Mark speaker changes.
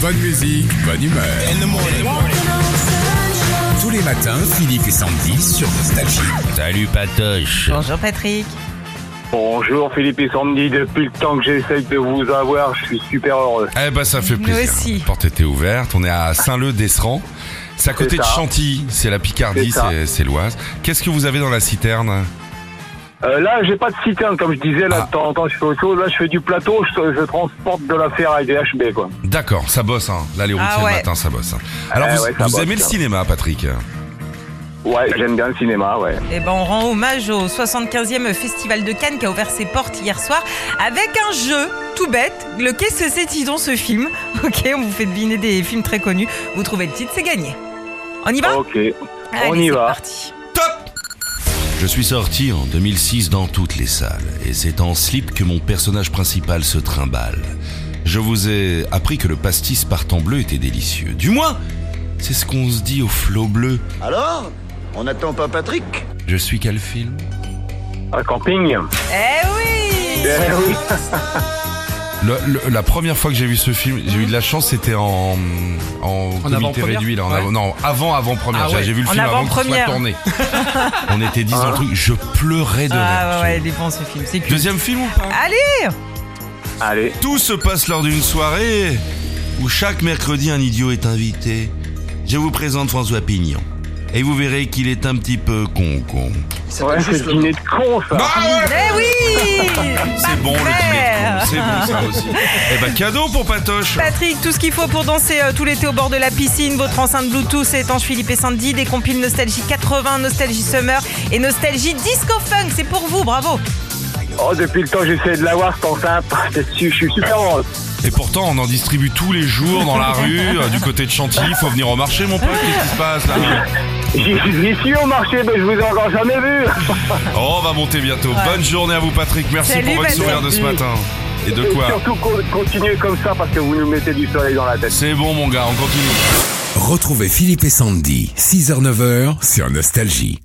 Speaker 1: Bonne musique, bonne humeur. Tous les matins, Philippe et Sandy sur Nostalgie.
Speaker 2: Salut Patoche.
Speaker 3: Bonjour Patrick.
Speaker 4: Bonjour Philippe et Sandy, depuis le temps que j'essaye de vous avoir, je suis super heureux.
Speaker 2: Eh ben ça fait
Speaker 3: Nous
Speaker 2: plaisir.
Speaker 3: aussi.
Speaker 2: La porte était ouverte, on est à Saint-Leu d'Esseran. C'est à côté
Speaker 4: C'est
Speaker 2: de
Speaker 4: ça.
Speaker 2: Chantilly, c'est la Picardie,
Speaker 4: C'est ça.
Speaker 2: c'est c'est l'Oise. Qu'est-ce que vous avez dans la citerne
Speaker 4: Euh, là, j'ai pas de citerne, comme je disais, là, de temps en temps, je fais autre chose. Là, je fais du plateau, je, je transporte de la ferraille des HB, quoi.
Speaker 2: D'accord, ça bosse, hein. Là, les routiers
Speaker 3: Ah
Speaker 2: le
Speaker 3: ouais.
Speaker 2: matin, ça bosse. hein. Alors,
Speaker 4: Eh
Speaker 2: vous,
Speaker 4: ouais, ça
Speaker 2: vous
Speaker 4: bosse,
Speaker 2: aimez le
Speaker 4: ça.
Speaker 2: cinéma, Patrick
Speaker 4: Ouais, j'aime bien le cinéma, ouais.
Speaker 3: Eh ben, on rend hommage au 75e Festival de Cannes qui a ouvert ses portes hier soir avec un jeu tout bête. Le Qu'est-ce que c'est, dis donc, ce film Ok, on vous fait deviner des films très connus. Vous trouvez le titre, c'est gagné. On y va Bah.
Speaker 4: Ok.
Speaker 3: Allez,
Speaker 4: Oh, on y
Speaker 3: c'est
Speaker 4: va.
Speaker 3: parti.
Speaker 2: Top
Speaker 5: Je suis sorti en 2006 dans toutes les salles, et c'est en slip que mon personnage principal se trimballe. Je vous ai appris que le pastis partant bleu était délicieux. Du moins, c'est ce qu'on se dit au flot bleu.
Speaker 6: Alors On n'attend pas Patrick
Speaker 5: Je suis quel film
Speaker 4: Un camping.
Speaker 3: Eh oui
Speaker 4: Eh oui.
Speaker 2: Le- le- La première fois que j'ai vu ce film, j'ai eu de la chance, c'était en, en, comité
Speaker 7: avant-première
Speaker 2: réduit. Là, en
Speaker 7: Ouais.
Speaker 2: avant- non, avant avant-première.
Speaker 7: Ah ouais.
Speaker 2: J'ai vu le
Speaker 3: En
Speaker 2: film avant qu'il soit
Speaker 3: avant-première.
Speaker 2: tourné. on était 10 dans le truc, je pleurais de
Speaker 3: Ah
Speaker 2: rire.
Speaker 3: ouais, il est bon ce film, c'est cool.
Speaker 2: Deuxième film ou pas
Speaker 3: Allez
Speaker 4: Allez.
Speaker 5: Tout se passe lors d'une soirée où chaque mercredi un idiot est invité. Je vous présente François Pignon. Et vous verrez qu'il est un petit peu con-con.
Speaker 4: Ouais, c'est le dîner de con, ça.
Speaker 2: Bah.
Speaker 3: Eh oui
Speaker 5: C'est bon, le
Speaker 3: Parfait.
Speaker 5: dîner de con, c'est bon ça aussi.
Speaker 2: Eh ben, cadeau pour Patoche
Speaker 3: Patrick, tout ce qu'il faut pour danser euh, tout l'été au bord de la piscine, votre enceinte Bluetooth étanche Philippe et Sandy, des compiles Nostalgie 80, Nostalgie Summer et Nostalgie Disco Funk. C'est pour vous, bravo.
Speaker 4: Oh, depuis le temps, que j'essaie de l'avoir, cette enceinte. Je suis super heureux.
Speaker 2: Et pourtant, on en distribue tous les jours dans la rue, euh, du côté de Chantilly. Faut venir au marché, mon pote. Qu'est-ce qui se passe là
Speaker 4: J'y j'y suis au marché, mais je vous ai encore jamais vu.
Speaker 2: Oh, on va monter bientôt. Bonne journée à vous, Patrick. Merci
Speaker 3: Salut,
Speaker 2: pour votre
Speaker 3: Patrick.
Speaker 2: sourire de ce matin. Et de
Speaker 4: Et
Speaker 2: quoi
Speaker 4: surtout, co- continuez comme ça, parce que vous nous mettez du soleil dans la tête.
Speaker 2: C'est bon, mon gars. On continue.
Speaker 1: Retrouvez Philippe et Sandy, 6h-9h sur Nostalgie.